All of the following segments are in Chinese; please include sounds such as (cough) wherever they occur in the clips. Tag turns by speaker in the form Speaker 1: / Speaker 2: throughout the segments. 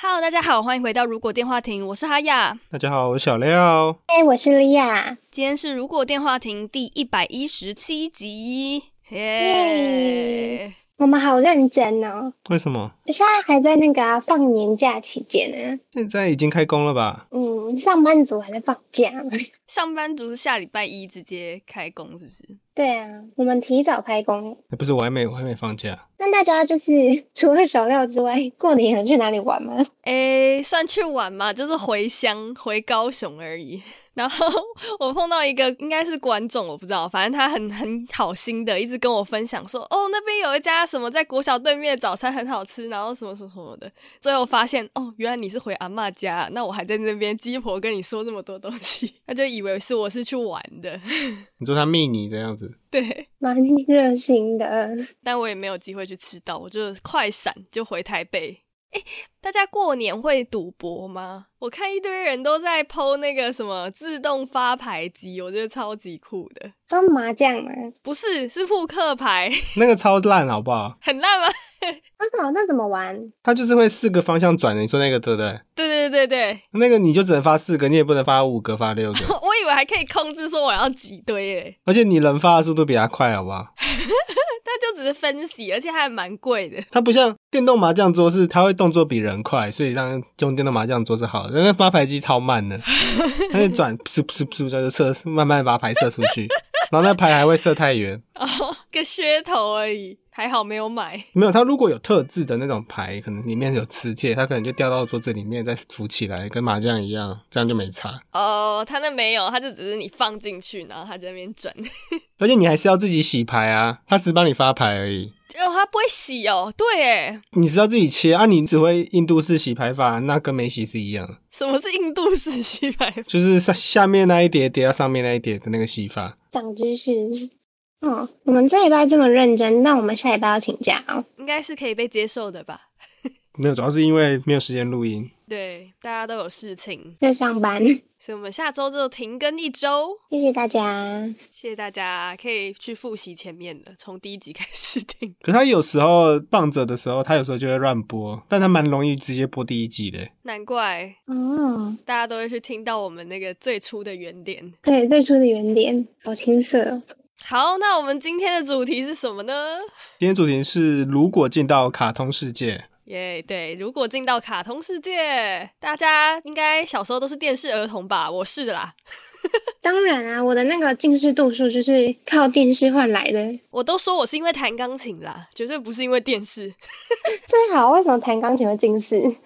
Speaker 1: Hello，大家好，欢迎回到《如果电话亭》，我是哈雅。
Speaker 2: 大家好，我是小廖。
Speaker 3: 嗨，哎我是莉亚。
Speaker 1: 今天是《如果电话亭》第一百一十七集，耶、
Speaker 3: 耶我们好认真哦，
Speaker 2: 为什么？
Speaker 3: 现在还在那个啊、放年假期间呢。
Speaker 2: 现在已经开工了吧？
Speaker 3: 嗯，上班族还在放假。 (laughs)
Speaker 1: 上班族下礼拜一直接开工，是不是？
Speaker 3: 对啊，我们提早开工。
Speaker 2: 哎不是，我还没，我还没放假。
Speaker 3: 那大家就是 (laughs) 除了小料之外，过年有去哪里玩吗？
Speaker 1: 诶，算去玩嘛，就是回乡回高雄而已。然后 (laughs) 我碰到一个应该是观众，我不知道，反正他很很好心的，一直跟我分享说，哦，那边有一家什么在国小对面的早餐很好吃，然后什么什么什么的。最后发现，哦，原来你是回阿嬷家，那我还在那边鸡婆跟你说那么多东西， (laughs) 他就以为是我是去玩的， (laughs)
Speaker 2: 你说他密你这样子，
Speaker 1: 对。
Speaker 3: 蛮热心的。
Speaker 1: 但我也没有机会去吃到，我就快闪就回台北。哎，大家过年会赌博吗？我看一堆人都在剖那个什么自动发牌机，我觉得超级酷的。
Speaker 3: 说麻将啊吗？
Speaker 1: 不是，是扑克牌，
Speaker 2: 那个超烂，好不好？
Speaker 1: 很烂吗？ (laughs)
Speaker 3: 啊，好，那怎么玩？
Speaker 2: 它就是会四个方向转的，你说那个对不对？
Speaker 1: 对对对对
Speaker 2: 那个你就只能发四个，你也不能发五个，发六个，
Speaker 1: 对， (laughs) 我以为还可以控制说我要几堆嘞，
Speaker 2: 而且你能发的速度比它快，好不好？
Speaker 1: 但就只是分析，而且还蛮贵的。
Speaker 2: 它不像电动麻将桌是它会动作比人快，所以让用电动麻将桌是好的。那发牌机超慢的，它就转噗噗噗，它就射，慢慢把牌射出去，然后那牌还会射太远。
Speaker 1: 哦，个噱头而已，还好没有买。
Speaker 2: 没有，它如果有特制的那种牌，可能里面有磁铁，它可能就掉到桌子里面再浮起来，跟麻将一样，这样就没差。
Speaker 1: 哦，他那没有，他就只是你放进去，然后他在那边转。
Speaker 2: 而且你还是要自己洗牌啊，他只帮你发牌而已。
Speaker 1: (laughs) 哦，他不会洗哦，对诶，
Speaker 2: 你知道自己切啊，你只会印度式洗牌法，那跟没洗是一样，
Speaker 1: 什么是印度式洗牌法？
Speaker 2: 就是下下面那一叠叠到上面那一叠的那个洗法。
Speaker 3: 长知识。哦，我们这礼拜这么认真，那我们下礼拜要请假哦。
Speaker 1: 应该是可以被接受的吧？
Speaker 2: 没有，主要是因为没有时间录音。
Speaker 1: 对，大家都有事情，
Speaker 3: 在上班，
Speaker 1: 所以我们下周就停更一周。
Speaker 3: 谢谢大家。
Speaker 1: 谢谢大家，可以去复习前面的，从第一集开始听。
Speaker 2: 可他有时候放着的时候，他有时候就会乱播，但他蛮容易直接播第一集的。
Speaker 1: 难怪
Speaker 3: 哦，
Speaker 1: 大家都会去听到我们那个最初的原点。
Speaker 3: 对，最初的原点好青涩哦。
Speaker 1: 好，那我们今天的主题是什么呢？
Speaker 2: 今天主题是如果进到卡通世界，
Speaker 1: 耶、对，如果进到卡通世界，大家应该小时候都是电视儿童吧？我是的啦，
Speaker 3: 当然啊，我的那个近视度数就是靠电视换来的。
Speaker 1: 我都说我是因为弹钢琴啦，绝对不是因为电视。
Speaker 3: 最好为什么弹钢琴会近视？
Speaker 1: 会啊，因为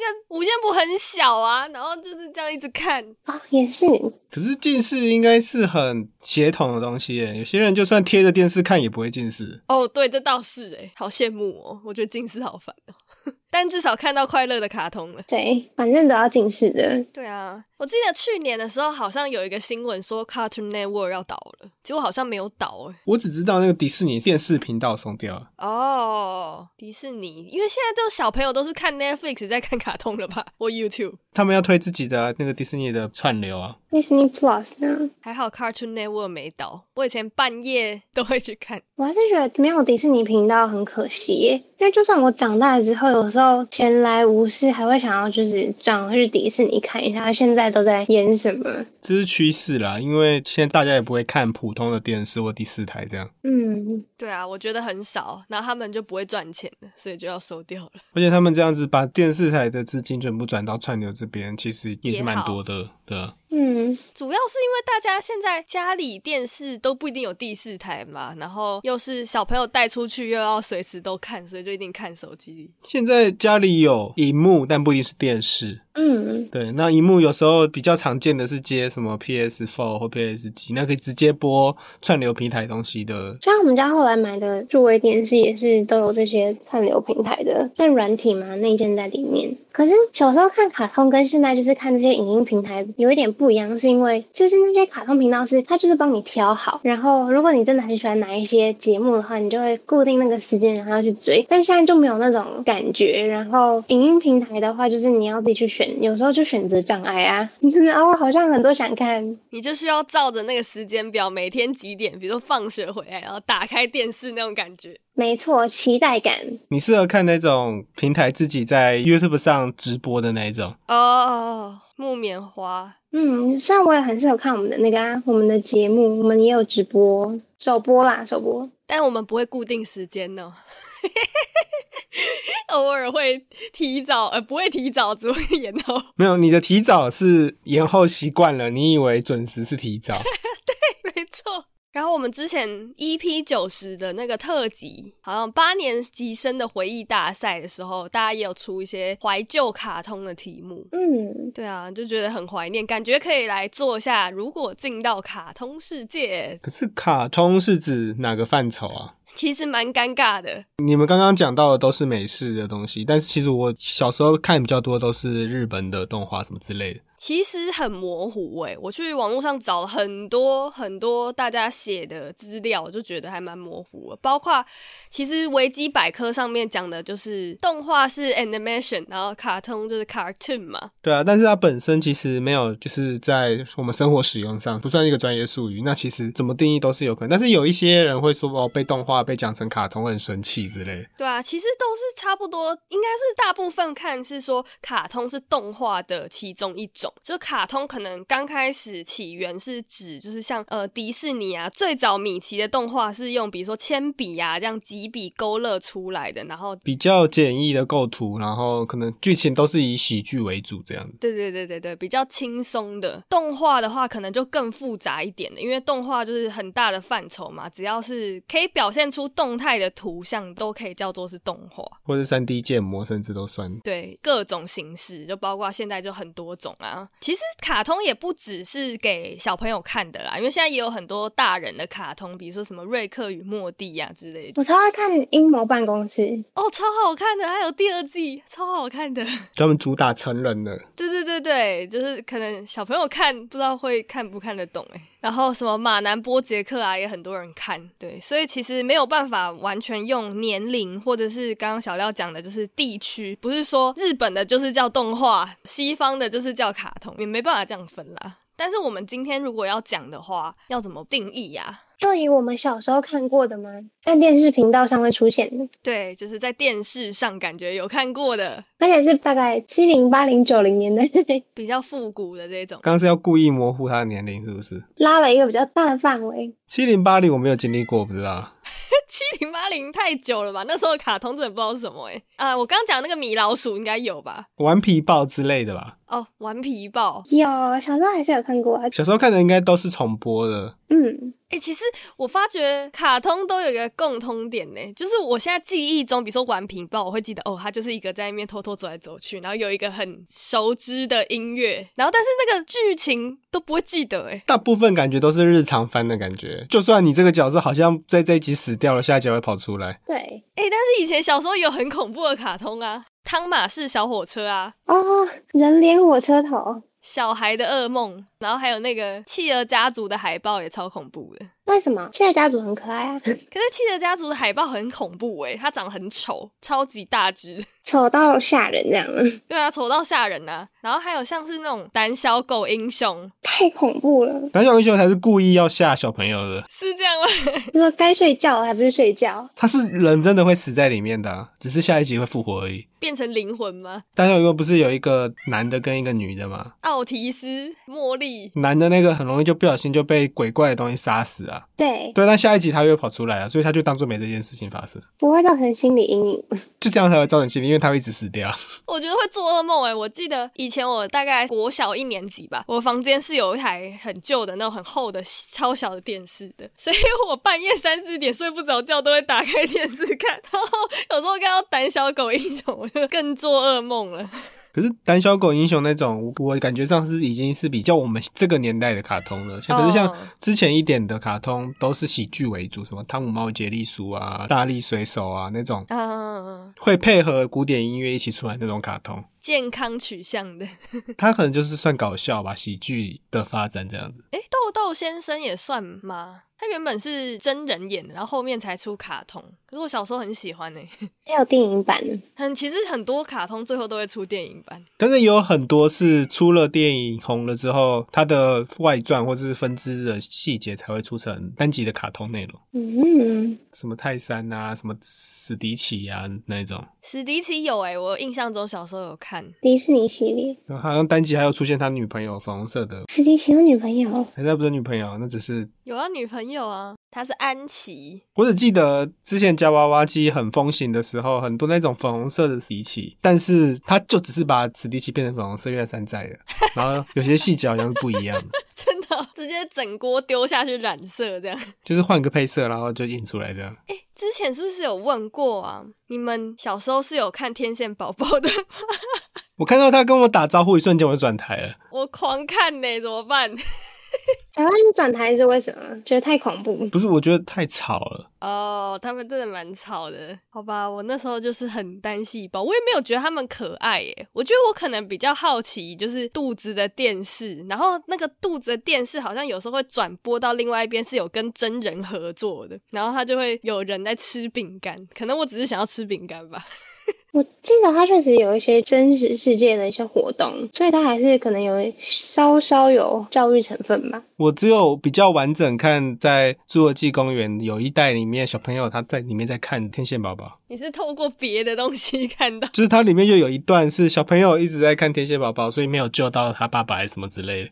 Speaker 1: 那个五线谱很小啊，然后就是这样一直看。
Speaker 3: 哦，也是，
Speaker 2: 可是近视应该是很协同的东西耶，有些人就算贴着电视看也不会近视。
Speaker 1: 哦，对，这倒是诶，好羡慕哦，我觉得近视好烦哦。 (laughs) 但至少看到快乐的卡通了。
Speaker 3: 对，反正都要近视的。
Speaker 1: 对啊，我记得去年的时候好像有一个新闻说 Cartoon Network 要倒了，结果好像没有倒诶。欸
Speaker 2: 我只知道那个迪士尼电视频道松掉了，
Speaker 1: 哦，迪士尼，因为现在都小朋友都是看 Netflix 在看卡通了吧？或 YouTube，
Speaker 2: 他们要推自己的那个迪士尼的串流啊。
Speaker 3: Disney Plus 呢？
Speaker 1: 还好 Cartoon Network 没倒。我以前半夜都会去看。
Speaker 3: 我还是觉得没有迪士尼频道很可惜耶，因为就算我长大之后，有时候闲来无事还会想要就是转回去迪士尼看一下，现在都在演什么。
Speaker 2: 这是趋势啦，因为现在大家也不会看普通的电视或第四台这样，
Speaker 3: 嗯，
Speaker 1: 对啊，我觉得很少，然后他们就不会赚钱了，所以就要收掉了。
Speaker 2: 而且他们这样子把电视台的资金全部转到串流这边，其实也是
Speaker 1: 也
Speaker 2: 蛮
Speaker 1: 好
Speaker 2: 多的，对啊。
Speaker 3: 嗯，
Speaker 1: 主要是因为大家现在家里电视都不一定有第四台嘛，然后又是小朋友带出去又要随时都看，所以就一定看手机。
Speaker 2: 现在家里有荧幕，但不一定是电视，
Speaker 3: 嗯，
Speaker 2: 对，那荧幕有时候比较常见的是接什么 PS Four 或 PS 几，那可以直接播串流平台东西的。
Speaker 3: 就像我们家后来买的数位电视也是都有这些串流平台的算软体嘛内建在里面。可是小时候看卡通跟现在就是看这些影音平台有一点不一样，是因为就是那些卡通频道是它就是帮你挑好，然后如果你真的很喜欢哪一些节目的话，你就会固定那个时间然后去追。但现在就没有那种感觉。然后影音平台的话，就是你要自己去选，有时候就选择障碍啊， (laughs) 你真的啊，我好像很多想看，
Speaker 1: 你就需要照着那个时间表，每天几点，比如说放学回来，然后打开电视那种感觉。
Speaker 3: 没错，期待感。
Speaker 2: 你适合看那种平台自己在 YouTube 上直播的那一种。
Speaker 1: 哦，木棉花，
Speaker 3: 嗯，虽然我也很适合看我们的那个啊，我们的节目，我们也有直播，首播啦，首播。
Speaker 1: 但我们不会固定时间呢、 (laughs) 偶尔会提早，呃，不会提早，只会延后。
Speaker 2: 没有，你的提早是延后习惯了，你以为准时是提早，
Speaker 1: (laughs) 没错。然后我们之前 EP 九十的那个特辑，好像八年级生的回忆大赛的时候，大家也有出一些怀旧卡通的题目。
Speaker 3: 嗯，
Speaker 1: 对啊，就觉得很怀念，感觉可以来做一下。如果进到卡通世界，
Speaker 2: 可是卡通是指哪个范畴啊？
Speaker 1: 其实蛮尴尬的。
Speaker 2: 你们刚刚讲到的都是美式的东西，但是其实我小时候看比较多都是日本的动画什么之类的。
Speaker 1: 其实很模糊诶、我去网络上找了很多很多大家写的资料，我就觉得还蛮模糊的。包括其实维基百科上面讲的就是动画是 animation，然后卡通就是 cartoon 嘛。
Speaker 2: 对啊，但是它本身其实没有，就是在我们生活使用上不算一个专业术语。那其实怎么定义都是有可能，但是有一些人会说哦，被动画被讲成卡通会很生气之类的。
Speaker 1: 对啊，其实都是差不多，应该是大部分看是说卡通是动画的其中一种，就卡通可能刚开始起源是指就是像呃迪士尼啊，最早米奇的动画是用比如说铅笔啊这样几笔勾勒出来的，然后
Speaker 2: 比较简易的构图，然后可能剧情都是以喜剧为主这样子。
Speaker 1: 对对对对对，比较轻松的动画的话，可能就更复杂一点了，因为动画就是很大的范畴嘛，只要是可以表现出动态的图像，都可以叫做是动画。
Speaker 2: 或是三 D 建模，甚至都算。
Speaker 1: 对各种形式，就包括现在就很多种啊。其实卡通也不只是给小朋友看的啦，因为现在也有很多大人的卡通，比如说什么《瑞克与莫蒂》呀之类的。
Speaker 3: 我超爱看《阴谋办公室》，
Speaker 1: 哦，超好看的，还有第二季，超好看的。
Speaker 2: 专门主打成人的，
Speaker 1: 对对对对，就是可能小朋友看不知道会看不看得懂哎。然后什么马南波杰克啊，也很多人看，对，所以其实没有办法完全用年龄或者是刚刚小廖讲的，就是地区，不是说日本的就是叫动画，西方的就是叫卡通，也没办法这样分啦。但是我们今天如果要讲的话，要怎么定义呀、
Speaker 3: 就以我们小时候看过的吗？在电视频道上会出现的，
Speaker 1: 对，就是在电视上感觉有看过的，
Speaker 3: 而且是大概七零、八零、九零年代 (laughs)
Speaker 1: 比较复古的这种。
Speaker 2: 刚刚是要故意模糊他的年龄是不是？
Speaker 3: 拉了一个比较大的范围。
Speaker 2: 七零八零我没有经历过，我不知道。
Speaker 1: 七零八零太久了吧？那时候的卡通真的不知道是什么哎、啊，我刚讲那个米老鼠应该有吧？
Speaker 2: 顽皮豹之类的吧，
Speaker 1: 哦，顽皮豹。
Speaker 3: 有小时候还是有看过啊，
Speaker 2: 小时候看的应该都是重播的。
Speaker 3: 嗯，
Speaker 1: 哎、其实我发觉卡通都有一个共通点呢，就是我现在记忆中，比如说顽皮豹，我会记得哦，它就是一个在那边偷偷走来走去，然后有一个很熟知的音乐，然后但是那个剧情都不会记得哎。
Speaker 2: 大部分感觉都是日常番的感觉，就算你这个角色好像在这一集死掉了，下一集还会跑出来。
Speaker 3: 对，
Speaker 1: 哎、但是以前小时候有很恐怖的卡通啊，汤马士小火车啊，
Speaker 3: 哦，人脸火车头，
Speaker 1: 小孩的噩梦，然后还有那个企鹅家族的海报也超恐怖的。
Speaker 3: 为什么？现在家族很可爱啊，
Speaker 1: 可是《企鹅家族》的海报很恐怖诶、它长得很丑，超级大只， (laughs)
Speaker 3: 丑到吓人这样，
Speaker 1: 对啊，丑到吓人呐、然后还有像是那种胆小狗英雄，
Speaker 3: 太恐怖了。
Speaker 2: 胆小英雄才是故意要吓小朋友的，
Speaker 1: 是这样吗？ (laughs)
Speaker 3: 就说该睡觉了还不是睡觉，
Speaker 2: 他是人真的会死在里面的啊、只是下一集会复活而已。
Speaker 1: 变成灵魂吗？
Speaker 2: 胆小英雄不是有一个男的跟一个女的吗？
Speaker 1: 奥提斯、茉莉，
Speaker 2: 男的那个很容易就不小心就被鬼怪的东西杀死啊，
Speaker 3: 对，
Speaker 2: 对，那下一集他又会跑出来啊，所以他就当做没这件事情发生，
Speaker 3: 不会造成心理阴影。
Speaker 2: 就这样才会造成心理，因为他会一直死掉。
Speaker 1: 我觉得会做噩梦诶、我记得以前我大概国小一年级吧，我房间是有一台很旧的那种很厚的超小的电视的， (laughs) 所以我半夜三四点睡不着觉都会打开 (laughs) 电视看，然后有时候看到胆小狗英雄，我就更做噩梦了。
Speaker 2: 可是胆小狗英雄那种，我感觉上是已经是比较我们这个年代的卡通了。像可是像
Speaker 1: 哦
Speaker 2: 之前一点的卡通都是喜剧为主，什么汤姆猫、杰利鼠啊、大力水手啊那种，
Speaker 1: 嗯嗯，嗯
Speaker 2: 会配合古典音乐一起出来那种卡通，
Speaker 1: 健康取向的。 (laughs)
Speaker 2: 它可能就是算搞笑吧，喜剧的发展这样子。
Speaker 1: 诶，豆豆先生也算吗？他原本是真人演的，然后后面才出卡通。可是我小时候很喜欢呢、
Speaker 4: 还有电影版呢。
Speaker 1: (laughs) 很其实很多卡通最后都会出电影版。
Speaker 2: 但是也有很多是出了电影红了之后，它的外传或是分支的细节才会出成单集的卡通内容，
Speaker 4: 嗯，
Speaker 2: 什么泰山啊，什么史迪奇啊那一种。
Speaker 1: 史迪奇有诶、我印象中小时候有看。
Speaker 4: 迪士尼系列，
Speaker 2: 然后好像单集还有出现他女朋友粉红色的，
Speaker 4: 史迪奇有女朋友，
Speaker 2: 哎，那不是女朋友，那只是
Speaker 1: 有啊，女朋友啊，她是安琪。 (laughs)
Speaker 2: 我只记得之前夹娃娃机很风行的时候，很多那种粉红色的史迪奇，但是他就只是把史迪奇变成粉红色，因为它山寨的，然后有些细节好像是不一样的，
Speaker 1: 真的哦直接整锅丢下去染色这样。 (laughs)
Speaker 2: 就是换个配色，然后就印出来这样。
Speaker 1: 之前是不是有问过啊？你们小时候是有看《天线宝宝》的？ (laughs)
Speaker 2: 我看到他跟我打招呼一瞬间，我就转台了。
Speaker 1: 我狂看呢、怎么办？
Speaker 4: 台湾转台是为什么？觉得太恐怖。
Speaker 2: 不是，我觉得太吵了。
Speaker 1: 哦、他们真的蛮吵的，好吧？我那时候就是很单细胞，我也没有觉得他们可爱耶、我觉得我可能比较好奇，就是肚子的电视，然后那个肚子的电视好像有时候会转播到另外一边，是有跟真人合作的，然后他就会有人在吃饼干，可能我只是想要吃饼干吧。
Speaker 4: 我记得它确实有一些真实世界的一些活动，所以它还是可能有稍稍有教育成分吧。
Speaker 2: 我只有比较完整看，在《侏罗纪公园》有一代里面，小朋友他在里面在看《天线宝宝》，
Speaker 1: 你是透过别的东西 (laughs) 看到？
Speaker 2: 就是它里面就有一段是小朋友一直在看《天线宝宝》，所以没有救到他爸爸还是什么之类的。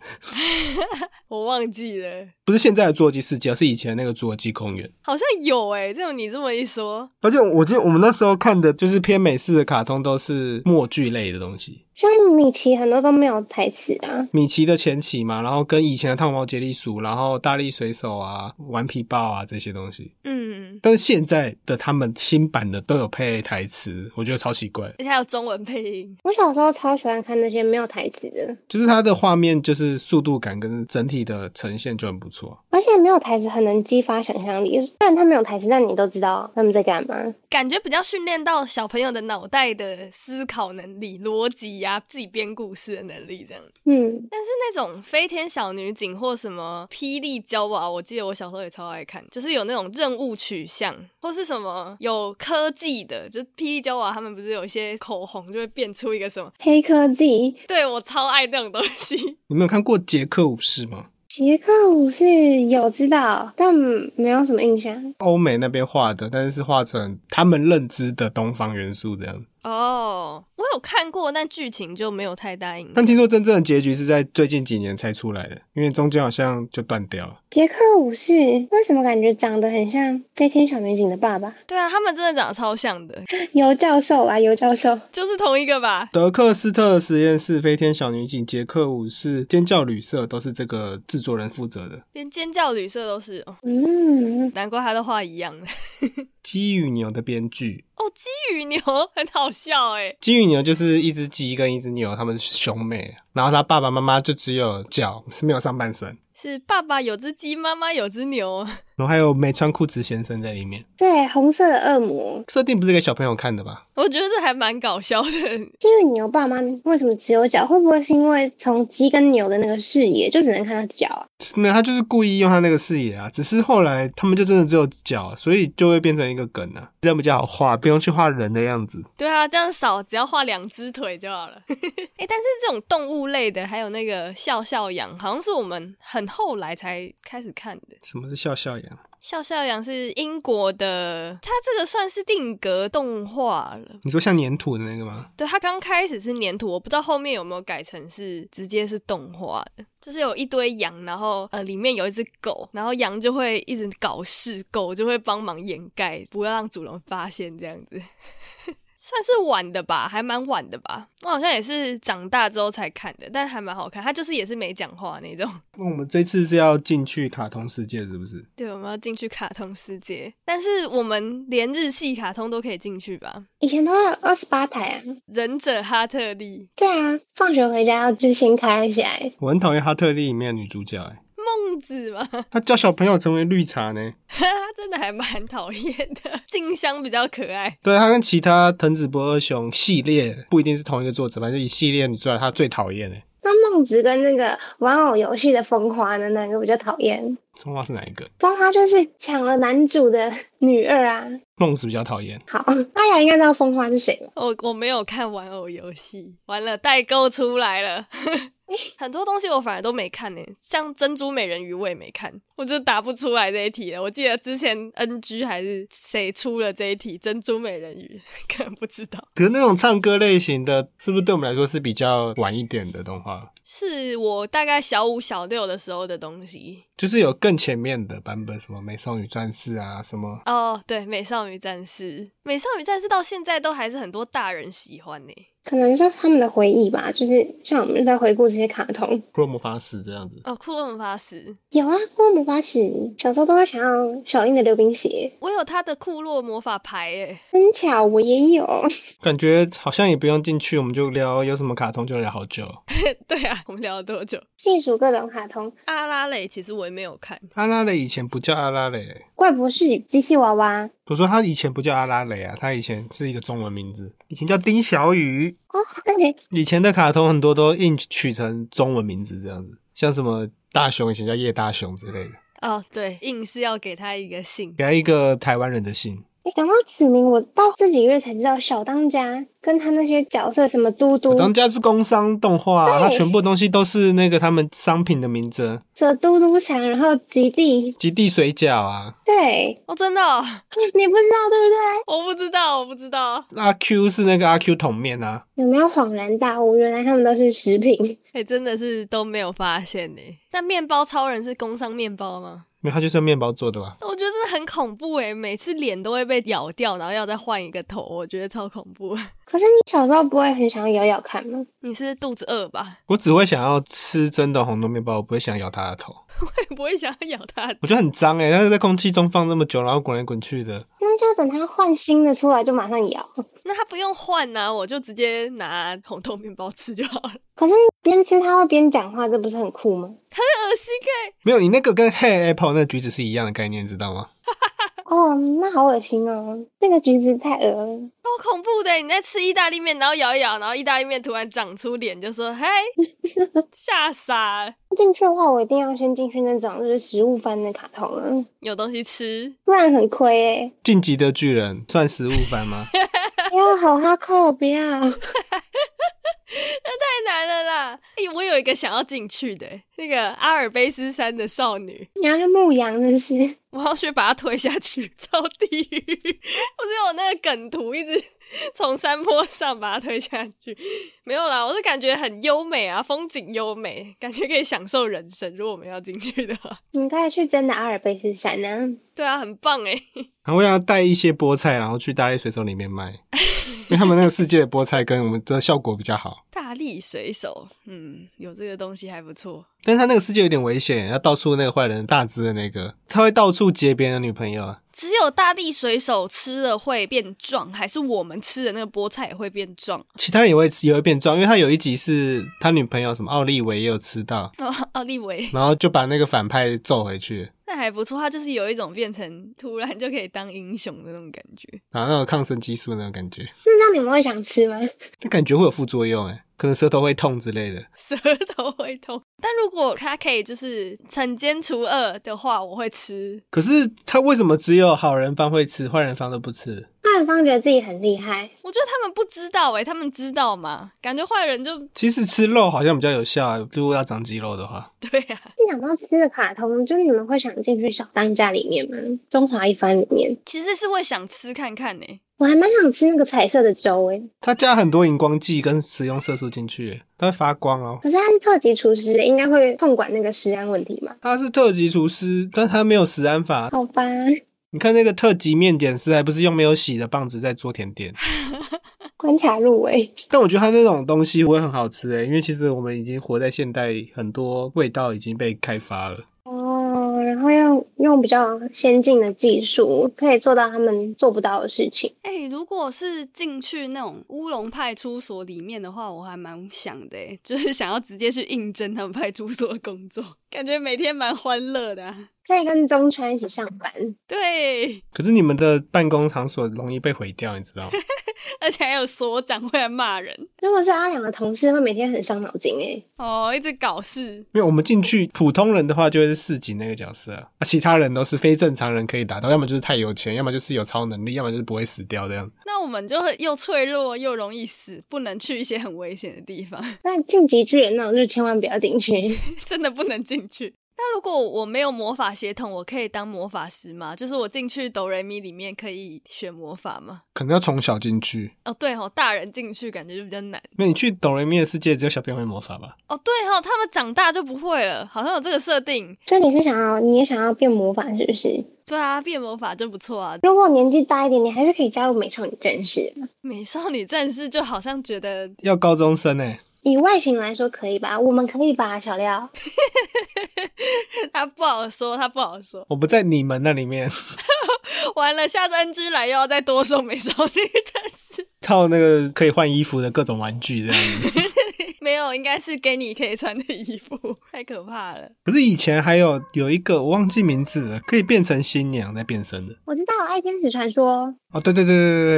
Speaker 1: 我忘记了，
Speaker 2: 不是现在的侏罗纪世界，哦是以前那个侏罗纪公园。
Speaker 1: 好像有诶、这种你这么一说，
Speaker 2: 而且我记得我们那时候看的就是偏美式的卡通，都是默剧类的东西。
Speaker 4: 像米奇很多都没有台词啊，
Speaker 2: 米奇的前期嘛，然后跟以前的汤姆猫杰利鼠，然后大力水手啊、顽皮豹啊这些东西。
Speaker 1: 嗯，
Speaker 2: 但是现在的他们新版的都有配台词，我觉得超奇怪。
Speaker 1: 而且还有中文配音，
Speaker 4: 我小时候超喜欢看那些没有台词的，
Speaker 2: 就是它的画面，就是速度感跟整体的呈现就很不错。
Speaker 4: 而且没有台词很能激发想象力。虽然它没有台词，但你都知道他们在干嘛。
Speaker 1: 感觉比较训练到小朋友的脑袋的思考能力、逻辑呀、啊自己编故事的能力这样。
Speaker 4: 嗯，
Speaker 1: 但是那种飞天小女警或什么霹雳娇娃，我记得我小时候也超爱看，就是有那种任务取向，或是什么有科技的，就是霹雳娇娃他们不是有一些口红就会变出一个什么？ (laughs)
Speaker 4: 黑科技，
Speaker 1: 对我超爱那种东西。
Speaker 2: 你们有看过《杰克武士》吗？
Speaker 4: 杰克武士有知道，但没有什么印象。
Speaker 2: 欧美那边画的，但是是画成他们认知的东方元素这样。
Speaker 1: 哦我有看过，但剧情就没有太大印象。
Speaker 2: 但听说真正的结局是在最近几年才出来的，因为中间好像就断掉了。
Speaker 4: 杰克武士为什么感觉长得很像飞天小女警的爸爸？
Speaker 1: 对啊，他们真的长得超像的，
Speaker 4: 尤教授啊，尤教授，
Speaker 1: 就是同一个吧？
Speaker 2: 德克斯特实验室、飞天小女警、杰克武士、尖叫旅社都是这个制作人负责的。
Speaker 1: 连尖叫旅社都是，哦、
Speaker 4: 嗯，
Speaker 1: 难怪他都画一样的。
Speaker 2: 鸡与牛的编剧，
Speaker 1: 哦，鸡与牛很好笑哎，
Speaker 2: 鸡与牛就是一只鸡跟一只牛，它们是兄妹，然后它爸爸妈妈就只有脚是没有上半身，
Speaker 1: (laughs) 是爸爸有只鸡，妈妈有只牛。 (laughs)
Speaker 2: 然后还有没穿裤子先生在里面。
Speaker 4: 对，红色的恶魔，
Speaker 2: 设定不是给小朋友看的吧？
Speaker 1: 我觉得这还蛮搞笑的。
Speaker 4: 至于牛爸妈为什么只有脚？会不会是因为从鸡跟牛的那个视野就只能看到脚啊？
Speaker 2: 那他就是故意用他那个视野啊，只是后来他们就真的只有脚，所以就会变成一个梗啊，这样比较好画，不用去画人的样子。
Speaker 1: 对啊，这样少，只要画两只腿就好了。 (laughs) 哎、但是这种动物类的，还有那个笑笑羊，好像是我们很后来才开始看的。
Speaker 2: 什么是笑笑羊？
Speaker 1: 笑笑羊是英国的，它这个算是定格动画了。
Speaker 2: 你说像粘土的那个吗？
Speaker 1: 对，它刚开始是粘土，我不知道后面有没有改成是直接是动画的，就是有一堆羊，然后呃里面有一只狗，然后羊就会一直搞事，狗就会帮忙掩盖，不要让主人发现这样子。 (laughs) 算是晚的吧，还蛮晚的吧。我好像也是长大之后才看的，但还蛮好看。它就是也是没讲话那种。 (laughs)
Speaker 2: 那我们这次是要进去卡通世界，是不是？
Speaker 1: 对，我们要进去卡通世界，但是我们连日系卡通都可以进去吧？
Speaker 3: 以前都有二十八台啊。
Speaker 1: 忍者哈特利、
Speaker 3: 对啊，放学回家要就先开起
Speaker 4: 啊
Speaker 3: 来。
Speaker 2: 我很讨厌哈特利里面的女主角、欸，
Speaker 1: 孟子嘛，
Speaker 2: 她教小朋友成为绿茶呢。
Speaker 1: (laughs) 他真的还蛮讨厌的。静香比较可爱，
Speaker 2: 对，啊她跟其他藤子不二雄系列不一定是同一个作者，反正一系列你出来，她最讨厌哎。
Speaker 3: 那孟子跟那个玩偶游戏的风花呢，哪个比较讨厌？
Speaker 2: 中华是哪一个？
Speaker 3: 风花就是抢了男主的女二啊。
Speaker 2: 孟子比较讨厌。
Speaker 3: 好，大家应该知道风花是谁吧？
Speaker 1: 我我没有看玩偶游戏，完了代购出来了。 (laughs) 很多东西我反而都没看呢、像《珍珠美人鱼》我也没看，我就答不出来这一题了。我记得之前 NG 还是谁出了这一题《珍珠美人鱼》， (laughs) 可能不知道，
Speaker 2: 可是那种唱歌类型的，是不是对我们来说是比较晚一点的动画？
Speaker 1: 是我大概小五小六的时候的东西。
Speaker 2: 就是有更前面的版本，什么美少女战士啊，什么
Speaker 1: 哦，对，《美少女战士》，《美少女战士》到现在都还是很多大人喜欢呢、
Speaker 3: 可能是他们的回忆吧，就是像我们在回顾这些卡通，
Speaker 2: 骷髅魔法使这样子。
Speaker 1: 哦，《库洛魔法使》，
Speaker 3: 有啊，《骷髅魔法使》小时候都会想要小樱的溜冰鞋，
Speaker 1: 我有他的库洛魔法牌诶。
Speaker 3: 很巧我也有。
Speaker 2: 感觉好像也不用进去，我们就聊有什么卡通就聊好久。
Speaker 1: (laughs) 对啊，我们聊了多久？
Speaker 3: 细数各种卡通，《
Speaker 1: 阿拉蕾其实我也没有看，
Speaker 2: 阿拉蕾以前不叫阿拉蕾、
Speaker 3: 怪博士与机器娃娃》
Speaker 2: 我说他以前不叫阿拉蕾啊，他以前是一个中文名字，以前叫丁小雨。
Speaker 3: 哦，对，
Speaker 2: 以前的卡通很多都硬取成中文名字这样子，像什么大雄以前叫叶大雄之类的，
Speaker 1: 哦，对，硬是要给他一个姓。
Speaker 2: 给他一个台湾人的姓。
Speaker 3: 诶讲到取名，我到这几个月才知道，小当家跟他那些角色什么嘟嘟、
Speaker 2: 当家是工商动画、啊，它
Speaker 3: 对
Speaker 2: 全部东西都是那个他们商品的名字，
Speaker 3: 这嘟嘟强，然后极地，
Speaker 2: 极地水饺啊，
Speaker 3: 对，
Speaker 1: 哦，真的哦、
Speaker 3: 你不知道对不对？
Speaker 1: 我不知道，我不知道。
Speaker 2: 阿 Q 是那个阿 Q 桶面啊，
Speaker 3: 有没有恍然大悟？原来他们都是食品。
Speaker 1: 哎、真的是都没有发现呢、但面包超人是工商面包吗？
Speaker 2: 没有，它就是用面包做的吧？
Speaker 1: 我觉得真的很恐怖哎、每次脸都会被咬掉，然后要再换一个头，我觉得超恐怖。
Speaker 3: 可是你小时候不会很想咬咬看吗？
Speaker 1: 你是不是肚子饿吧？
Speaker 2: 我只会想要吃真的红豆面包，我不会想咬它的头，
Speaker 1: (laughs) 我也不会想要咬它。
Speaker 2: 我觉得很脏诶、欸，但是在空气中放那么久，然后滚来滚去的，
Speaker 3: 那就等它换新的出来就马上咬。
Speaker 1: 那它不用换呐、我就直接拿红豆面包吃就好了。
Speaker 3: 可是你边吃它会边讲话，这不是很酷吗？
Speaker 1: 恶心哎、
Speaker 2: 没有，你那个跟 Hey Apple 那个橘子是一样的概念，知道吗？
Speaker 3: 哦，那好恶心哦，那个橘子太恶了。
Speaker 1: 超恐怖的欸！你在吃意大利面，然后咬一咬，然后意大利面突然长出脸，就说：“嘿，吓傻了，
Speaker 3: 进去的话，我一定要先进去那种就是食物番的卡通了，
Speaker 1: 有东西吃。
Speaker 3: 不然很亏诶、
Speaker 2: 晋级的巨人算食物番吗？
Speaker 3: 不要好哈扣，不要。
Speaker 1: 太难了啦！哎，我有一个想要进去的欸，那个阿尔卑斯山的少女，
Speaker 3: 你要去牧羊，真是。
Speaker 1: 我要去把她推下去，超地狱！不是有那个梗图，一直从山坡上把她推下去。没有啦，我是感觉很优美啊，风景优美，感觉可以享受人生。如果我们要进去的话，
Speaker 3: 你可以去真的阿尔卑斯山啊！
Speaker 1: 对啊，很棒哎！
Speaker 2: 然后我想要带一些菠菜，然后去大力水手里面卖，因为他们那个世界的菠菜跟我们的效果比较好。
Speaker 1: 大力水手，嗯，有这个东西还不错。
Speaker 2: 但是他那个世界有点危险，要到处那个坏人大只的那个，他会到处劫别人的女朋友啊。
Speaker 1: 只有大力水手吃了会变壮，还是我们吃的那个菠菜也会变壮？
Speaker 2: 其他人也会也会变壮，因为他有一集是他女朋友什么奥利维也有吃到，
Speaker 1: 哦， (laughs) 奥利维，
Speaker 2: 然后就把那个反派揍回去，
Speaker 1: 那还不错，他就是有一种变成突然就可以当英雄的那种感觉。 (laughs)
Speaker 2: 然后那种抗生激素那种感觉，
Speaker 3: 那这样你们会想吃吗？
Speaker 2: 那感觉会有副作用诶，可能舌头会痛之类的。
Speaker 1: 舌头会痛，但如果他可以就是惩奸除恶的话，我会吃。
Speaker 2: 可是他为什么只有好人方会吃，坏人方都不吃？
Speaker 3: 阿尔方觉得自己很厉害，
Speaker 1: 我觉得他们不知道欸诶、他们知道吗？感觉坏人就
Speaker 2: 其实吃肉好像比较有效、啊，如果要长肌肉的话。
Speaker 1: 对啊。
Speaker 3: 一讲到吃的卡通，就是你们会想进去小当家里面吗？中华一番里面，
Speaker 1: 其实是会想吃看看呢、欸
Speaker 3: 我还蛮想吃那个彩色的粥欸诶、
Speaker 2: 他加很多荧光剂跟食用色素进去，欸它会发光哦。
Speaker 3: 可是他是特级厨师，应该会控管那个食安问题吧？
Speaker 2: 他是特级厨师，但他没有食安法。
Speaker 3: 好吧，
Speaker 2: 你看那个特级面点师，还不是用没有洗的棒子在做甜点？
Speaker 3: 关卡欸入围。
Speaker 2: 但我觉得它那种东西会很好吃诶，欸因为其实我们已经活在现代，很多味道已经被开发了。
Speaker 3: 哦，然后要用比较先进的技术，可以做到他们做不到的事情。
Speaker 1: 哎、如果是进去那种乌龙派出所里面的话，我还蛮想的、欸，就是想要直接去应征他们派出所的工作，感觉每天蛮欢乐的啊、
Speaker 3: 再跟中川一起上班，
Speaker 1: 对， (laughs)
Speaker 2: 可是你们的办公场所容易被毁掉，你知道吗？ (laughs)
Speaker 1: 而且还有所长会来骂人
Speaker 3: 如果是阿良的同事，会每天很伤脑筋欸诶、
Speaker 1: 哦，一直搞事。
Speaker 2: 因为我们进去普通人的话就会是市井那个角色啊，啊其他人都是非正常人可以达到，要么就是太有钱，要么就是有超能力，要么就是不会死掉这样。
Speaker 1: 那我们就会又脆弱又容易死，不能去一些很危险的地方， (laughs)
Speaker 3: 那晋级巨人那种就千万不要进去。
Speaker 1: 真的不能进去。那如果我没有魔法血统，我可以当魔法师吗？就是我进去哆瑞咪里面可以选魔法吗？
Speaker 2: 可能要从小进去，
Speaker 1: 哦，对哦，大人进去感觉就比较难。
Speaker 2: 那你去哆瑞咪的世界只有小朋友会魔法吧？
Speaker 1: 哦，对哦，他们长大就不会了，好像有这个设定。
Speaker 3: 所以你是想要，你也想要变魔法是不是？
Speaker 1: 对啊，变魔法就不错啊。
Speaker 3: 如果年纪大一点，你还是可以加入美少女战士。啊
Speaker 1: 美少女战士就好像觉得
Speaker 2: 要高中生哎、
Speaker 3: 以外形来说可以吧？我们可以吧，小廖？
Speaker 1: 他不好说，他不好说。
Speaker 2: 我不在你们那里面 (laughs)
Speaker 1: 完了，下次 NG 来又要再多送美少女战士。 (laughs)
Speaker 2: 套那个可以换衣服的各种玩具这样子。
Speaker 1: 没有，应该是给你可以穿的衣服，太可怕了。
Speaker 2: 可是以前还有有一个我忘记名字了，可以变成新娘在变身的。
Speaker 3: 我知道《爱天使传说》，
Speaker 2: 哦，对对对对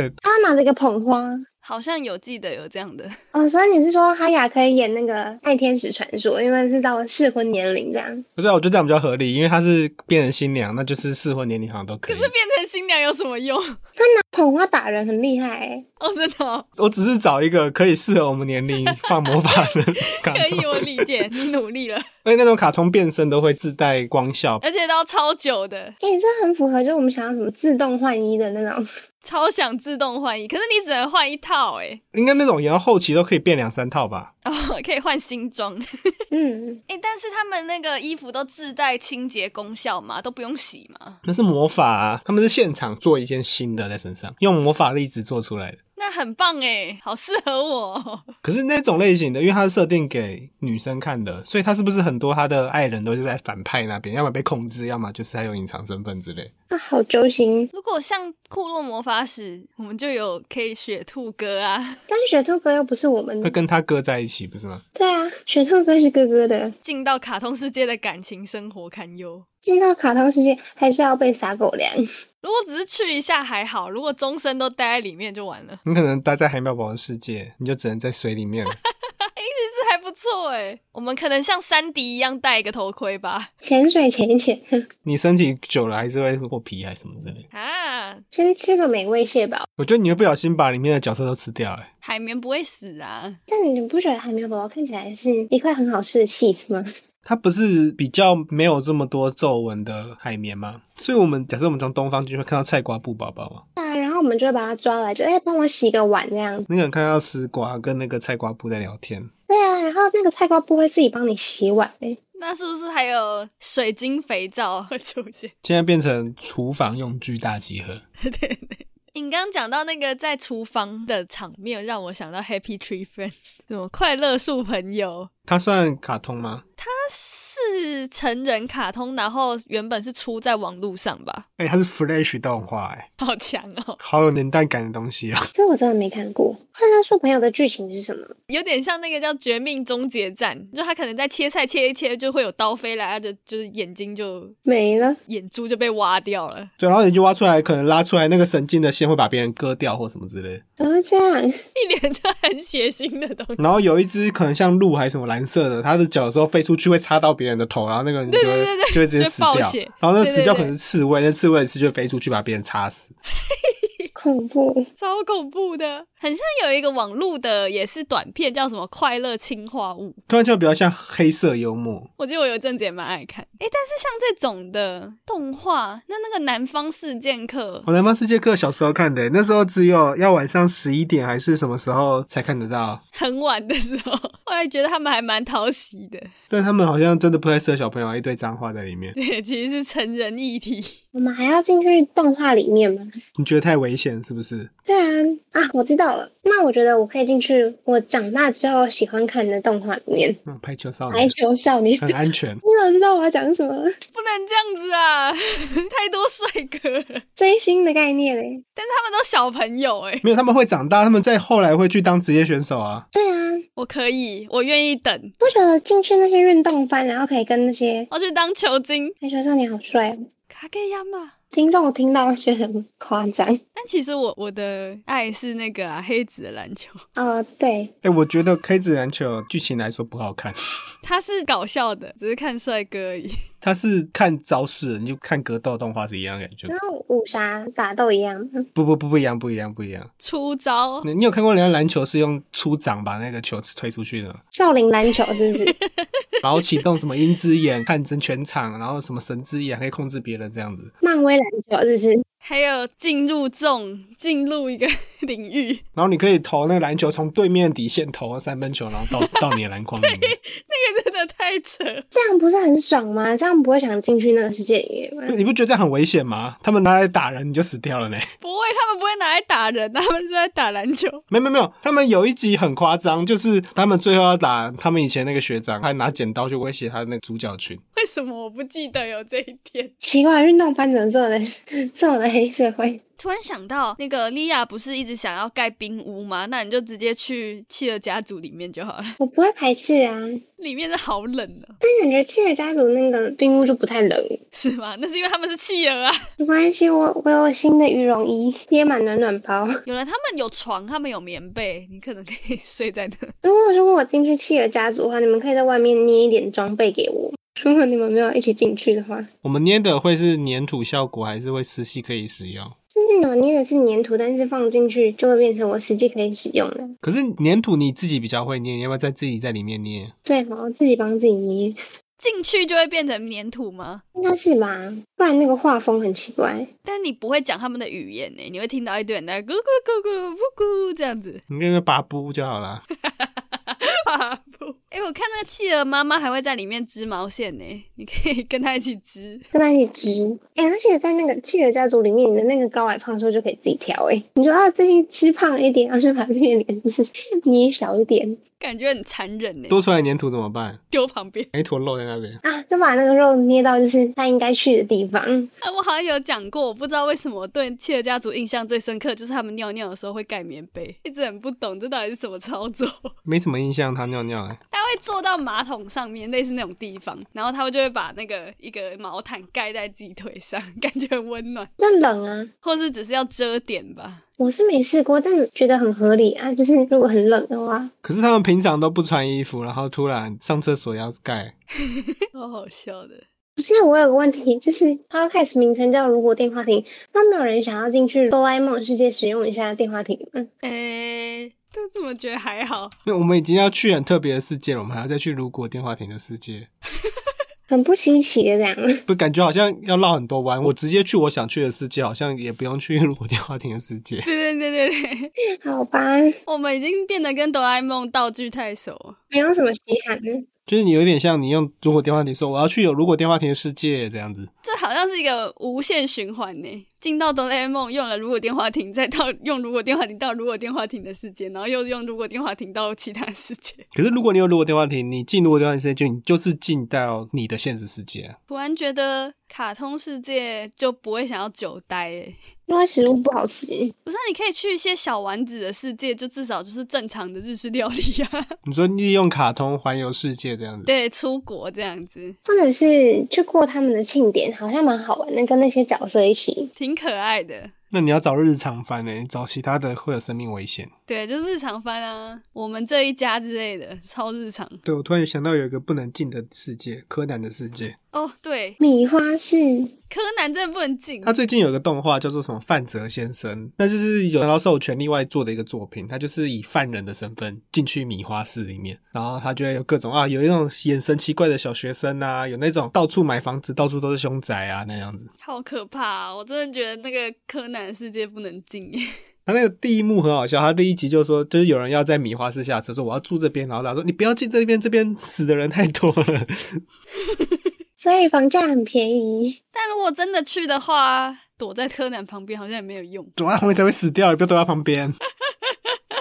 Speaker 2: 对对，
Speaker 3: 他拿着一个捧花。
Speaker 1: 好像有记得有这样的， (laughs)
Speaker 3: 哦，所以你是说哈雅可以演那个《爱天使传说》，因为是到了适婚年龄这样？
Speaker 2: 不是、啊，我觉得这样比较合理，因为她是变成新娘，那就是适婚年龄好像都可
Speaker 1: 可是。
Speaker 2: 以
Speaker 1: 变成新娘有什么用？
Speaker 3: 他拿捧花打人很厉害、欸，
Speaker 1: 哦，真的、哦、
Speaker 2: 我只是找一个可以适合我们年龄放魔法的 (laughs) 卡
Speaker 1: 可
Speaker 2: 通
Speaker 1: 以，，我理解，你努力了， (laughs)
Speaker 2: 而且那种卡通变身都会自带光效，
Speaker 1: 而且都要超久的，
Speaker 3: 哎、这很符合就是我们想要什么自动换衣的那种。 (laughs)
Speaker 1: 超想自动换衣，可是你只能换一套哎、
Speaker 2: 应该那种也要后期都可以变两三套吧？
Speaker 1: 哦，可以换新装哎、
Speaker 3: 嗯，
Speaker 1: 但是他们那个衣服都自带清洁功效嘛，都不用洗嘛，
Speaker 2: 那是魔法、啊，他们是现场做一件新的在身上，用魔法粒子做出来的。
Speaker 1: 那很棒哎，好适合我哦、 (laughs)
Speaker 2: 可是那种类型的，因为它是设定给女生看的，所以它是不是很多她的爱人都是在反派那边，要么被控制，要么就是还有隐藏身份之类。
Speaker 3: 啊，好揪心。
Speaker 1: 如果像库洛魔法使，我们就有可以雪兔哥啊，
Speaker 3: 但是雪兔哥又不是我们
Speaker 2: 会
Speaker 3: 的，
Speaker 2: 跟他哥在一起，不是吗？
Speaker 3: 对啊，雪兔哥是哥哥的，
Speaker 1: 进到卡通世界的感情生活堪忧。
Speaker 3: 进到卡通世界还是要被撒狗粮。
Speaker 1: 如果只是去一下还好，如果终身都待在里面就完了，
Speaker 2: 你可能待在海绵宝宝的世界，你就只能在水里面了。
Speaker 1: 其实还不错哎。我们可能像山迪一样戴一个头盔吧，
Speaker 3: 潜水潜一潜，
Speaker 2: 你身体久了还是会破皮还是什么之类的。
Speaker 1: 啊，
Speaker 3: 先吃个美味蟹堡。
Speaker 2: 我觉得你会不小心把里面的角色都吃掉、欸，
Speaker 1: 海绵不会死啊。
Speaker 3: 但你不觉得海绵宝宝看起来是一块很好吃的 cheese 吗？
Speaker 2: 它不是比较没有这么多皱纹的海绵吗？所以我们假设我们从东方就会看到菜瓜布宝宝嘛，
Speaker 3: 对啊，然后我们就会把它抓来，就哎帮我洗个碗这样。
Speaker 2: 你可能看到丝瓜跟那个菜瓜布在聊天。
Speaker 3: 对啊，然后那个菜瓜布会自己帮你洗碗哎诶、
Speaker 1: 那是不是还有水晶肥皂会出现？
Speaker 2: 现在变成厨房用具大集合，
Speaker 1: 你刚刚讲到那个在厨房的场面，让我想到 Happy Tree Friend，什么快乐树朋友，
Speaker 2: 它算卡通吗？
Speaker 1: 它是成人卡通，然后原本是出在网络上吧，
Speaker 2: 哎、它是 Flash 动画、哎，
Speaker 1: 好强哦，
Speaker 2: 好有年代感的东西啊！
Speaker 3: 这我真的没看过。快乐树朋友的剧情是什么？
Speaker 1: 有点像那个叫《绝命终结战》，就他可能在切菜切一切，就会有刀飞来，他的就是眼睛就
Speaker 3: 没了。
Speaker 1: 眼珠就被挖掉了，
Speaker 2: (laughs) 对，然后你就挖出来，可能拉出来那个神经的线会把别人割掉或什么之类的。
Speaker 3: 怎么会这样？
Speaker 1: 一脸就很血腥的东西。
Speaker 2: 然后有一只可能像鹿还是什么蓝色的，它的脚有时候飞出去会插到别人的头，然后那个人就会
Speaker 1: 对对对对
Speaker 2: 就会直接死掉
Speaker 1: 就爆血。
Speaker 2: 然后那死
Speaker 1: 对对
Speaker 2: 掉
Speaker 1: 对
Speaker 2: 可能是刺猬，那刺猬是就飞出去把别人插死。
Speaker 3: 恐怖！
Speaker 1: 超恐怖的，很像有一个网络的也是短片，叫什么《快乐氰化物》，
Speaker 2: 开玩笑比较像黑色幽默，
Speaker 1: 我记得我有一阵子也蛮爱看。诶，但是像这种的动画，那那个《南方四剑客》
Speaker 2: 我南方世界课小时候看的，那时候只有要晚上十一点还是什么时候才看得到，
Speaker 1: 很晚的时候， (laughs) 我也觉得他们还蛮讨喜的。
Speaker 2: 但他们好像真的不太适合小朋友，一堆脏话在里面，
Speaker 1: 对，其实是成人议题。
Speaker 3: 我们还要进去动画里面吗？
Speaker 2: 你觉得太危险店，是不是？
Speaker 3: 对啊，啊，我知道了。那我觉得我可以进去我长大之后喜欢看的动画里面，
Speaker 2: 嗯，排球少
Speaker 3: 《排
Speaker 2: 年
Speaker 3: 球少年》。。
Speaker 2: 很安全
Speaker 3: 你想知道我要讲什么？
Speaker 1: 不能这样子啊， (laughs) 太多帅哥了，
Speaker 3: 追星的概念嘞。
Speaker 1: 但是他们都小朋友哎、
Speaker 2: 没有，他们会长大，他们在后来会去当职业选手啊。
Speaker 3: 对啊，
Speaker 1: 我可以，我愿意等，
Speaker 3: 不觉得进去那些运动番，然后可以跟那些
Speaker 1: 我要去当球精。
Speaker 3: 排球少年好帅哦。
Speaker 1: 卡给亚嘛。
Speaker 3: 听众听到会觉得很夸张。
Speaker 1: 但其实我我的爱是那个啊，黑子的篮球，
Speaker 3: (laughs) 哦，对，
Speaker 2: 哎、我觉得 K 子篮球剧情来说不好看，
Speaker 1: 他是搞笑的，只是看帅哥而已。
Speaker 2: 它是看招式，你就看格斗动画是一样的感觉
Speaker 3: 然。后武侠打斗一样，
Speaker 2: 不不不不一样，不一样，不一样。
Speaker 1: 出招，
Speaker 2: 你你有看过人家篮球是用出掌把那个球推出去的吗？
Speaker 3: 少林篮球是 (laughs) 不是？
Speaker 2: 然后启动什么鹰之眼、看真全场，然后什么神之眼可以控制别人这样子。
Speaker 3: 漫威篮球是不是？
Speaker 1: 还有进入众，进入一个 (laughs) 领域，
Speaker 2: 然后你可以投那个篮球从对面底线投三分球，然后到到你的篮筐里面。
Speaker 1: 这个真的太扯了。
Speaker 3: 这样不是很爽吗？这样不会想进去那个世界里面吗？
Speaker 2: 你不觉得这样很危险吗？他们拿来打人你就死掉了呢。 (laughs)
Speaker 1: 不会，他们不会拿来打人，啊他们是在打篮球。
Speaker 2: 没有没有没有，他们有一集很夸张，就是他们最后要打他们以前那个学长，还拿剪刀去威胁他的那个主角群。
Speaker 1: 为什么我不记得有这一天？
Speaker 3: 奇怪，运动班怎么这么的 (laughs) 这么的黑社会？
Speaker 1: 突然想到，那个莉亚不是一直想要盖冰屋吗？那你就直接去企鹅家族里面就好了，
Speaker 3: 我不会排斥啊，
Speaker 1: (laughs) 里面是好冷哦、
Speaker 3: 但感觉去了家族那个冰屋就不太冷。
Speaker 1: 是吗？ (laughs) 那是因为他们是企鹅啊。
Speaker 3: 没关系，我我有新的羽绒衣，贴满暖暖包。 (laughs)
Speaker 1: 有了，他们有床，他们有棉被，你可能可以睡在那。
Speaker 3: 如果如果我进去企鹅家族的话，你们可以在外面捏一点装备给我。如果你们没有一起进去的话，
Speaker 2: 我们捏的会是粘土效果，还是会湿气可以使用？
Speaker 3: 甚至你们捏的是粘土，但是放进去就会变成我实际可以使用的。
Speaker 2: 可是粘土你自己比较会捏，你要不要再自己在里面捏？
Speaker 3: 对嘛，我自己帮自己捏，
Speaker 1: 进去就会变成粘土吗？
Speaker 3: 应该是吧？不然那个画风很奇怪。
Speaker 1: 但你不会讲他们的语言呢、你会听到一堆人在咕噜咕噜咕噜咕噜咕咕这样子。
Speaker 2: 你就是拔布就好啦。
Speaker 1: 哎、我看那个企鹅妈妈还会在里面织毛线呢、你可以跟她一起织。
Speaker 3: 跟他一起织。哎、而且在那个企鹅家族里面，你的那个高矮胖瘦就可以自己调。哎，你就啊，最近吃胖一点，然后就把自己的脸就是 (laughs) 捏小一点
Speaker 1: 感觉很残忍呢、
Speaker 2: (laughs) 多出来粘土怎么办？
Speaker 1: 丢旁边。
Speaker 2: 一坨肉在那边。
Speaker 3: 啊，就把那个肉捏到就是它应该去的地方。
Speaker 1: 啊，我好像有讲过，我不知道为什么我对企鹅家族印象最深刻，就是他们尿尿的时候会盖棉被，一直很不懂这到底是什么操作。
Speaker 2: 没什么印象，他尿尿哎、
Speaker 1: 他会坐到马桶上面，类似那种地方，然后他们就会把那个一个毛毯盖在自己腿上，感觉很温暖，
Speaker 3: 那冷啊，
Speaker 1: 或是只是要遮点吧。
Speaker 3: 我是没试过，但觉得很合理啊。就是如果很冷的话，
Speaker 2: 可是他们平常都不穿衣服，然后突然上厕所要盖，
Speaker 1: 超好笑的。
Speaker 3: 不是我有个问题，就是 podcast 名称叫“如果电话亭”，那没有人想要进去哆啦 A 梦世界使用一下电话亭吗？
Speaker 1: 诶、但怎么觉得还好？
Speaker 2: 那我们已经要去很特别的世界了，我们还要再去如果电话亭的世界，
Speaker 3: 很不稀奇的这样。 (laughs)
Speaker 2: 不感觉好像要绕很多弯。我直接去我想去的世界，好像也不用去如果电话亭的世界。
Speaker 1: 对
Speaker 2: (laughs)
Speaker 1: 对对对 (laughs) 对，
Speaker 3: 好吧，
Speaker 1: 我们已经变得跟哆啦 A 梦道具太熟了。
Speaker 3: 没有什么稀罕。
Speaker 2: 就是你有点像你用如果电话亭说我要去有如果电话亭的世界这样子，
Speaker 1: 这好像是一个无限循环呢。进到哆啦 A 梦，用了如果电话亭，再到用如果电话亭到如果电话亭的世界，然后又用如果电话亭到其他世界。 (laughs)
Speaker 2: 可是如果你有如果电话亭，你进如果电话亭世界，就你就是进到你的现实世界啊、
Speaker 1: 突然觉得卡通世界就不会想要久待诶、
Speaker 3: 因为食物不好吃，
Speaker 1: 不是啊、你可以去一些小丸子的世界，就至少就是正常的日式料理啊。 (laughs)
Speaker 2: 你说利用卡通环游世界这样子，
Speaker 1: 对，出国这样子
Speaker 3: 或者是去过他们的庆典，好像蛮好玩的，跟那些角色一起。
Speaker 1: 挺可爱的。
Speaker 2: 那你要找日常番呢、你找其他的会有生命危险。
Speaker 1: 对，就日常番啊，我们这一家之类的，超日常
Speaker 2: 对，我突然想到有一个不能进的世界，柯南的世界。
Speaker 1: 哦。对，
Speaker 3: 米花市
Speaker 1: 柯南真的不能进
Speaker 2: 他，最近有个动画叫做什么《范泽先生》，那就是有老授权另外做的一个作品，他就是以犯人的身份进去米花市里面，然后他就会有各种啊，有一种眼神奇怪的小学生啊，有那种到处买房子，到处都是凶宅啊那样子。
Speaker 1: 好可怕、啊！我真的觉得那个柯南世界不能进。 (laughs)
Speaker 2: 他那个第一幕很好笑，他第一集就说，就是有人要在米花市下车，说我要住这边，然后他说你不要进这边，这边死的人太多了。
Speaker 3: 所以房价很便宜，
Speaker 1: 但如果真的去的话，躲在柯南旁边好像也没有用。
Speaker 2: 躲在旁边才会死掉，你不要躲在旁边。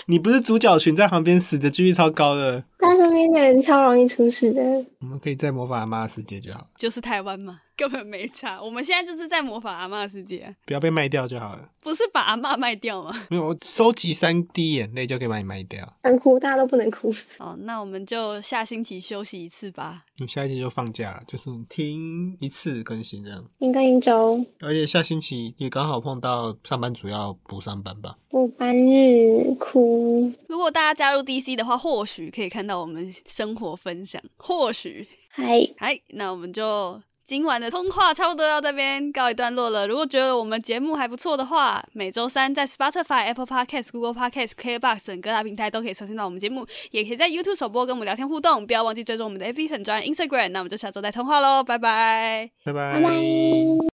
Speaker 2: 你不是主角群，在旁边死的几率超高的。
Speaker 3: 他身边的人超容易出事的。
Speaker 2: 我们可以在魔法阿妈的世界就好了，
Speaker 1: 就是台湾嘛，根本没差。我们现在就是在魔法阿嬷世界啊，
Speaker 2: 不要被卖掉就好了。
Speaker 1: 不是把阿嬷卖掉吗？ (laughs)
Speaker 2: 没有，我收集三滴眼泪就可以把你卖掉。
Speaker 3: 能哭大家都不能哭。 (laughs)
Speaker 1: 哦，那我们就下星期休息一次吧。
Speaker 2: 我们下一期就放假了，就是听一次更新这样。
Speaker 3: 应该一周
Speaker 2: 而且下星期也刚好碰到上班族要补上班吧。
Speaker 3: 不班日哭，
Speaker 1: 如果大家加入 DC 的话，或许可以看到我们生活分享，或许。
Speaker 3: 嗨，
Speaker 1: 嗨，那我们就今晚的通话差不多要这边告一段落了。如果觉得我们节目还不错的话，每周三在 Spotify、Apple Podcast、Google Podcast、KBox 等各大平台都可以收听到我们节目，也可以在 YouTube 首播跟我们聊天互动。不要忘记追踪我们的 FB 粉专 Instagram。那我们就下周再通话喽，拜拜。
Speaker 2: 拜
Speaker 3: 拜拜。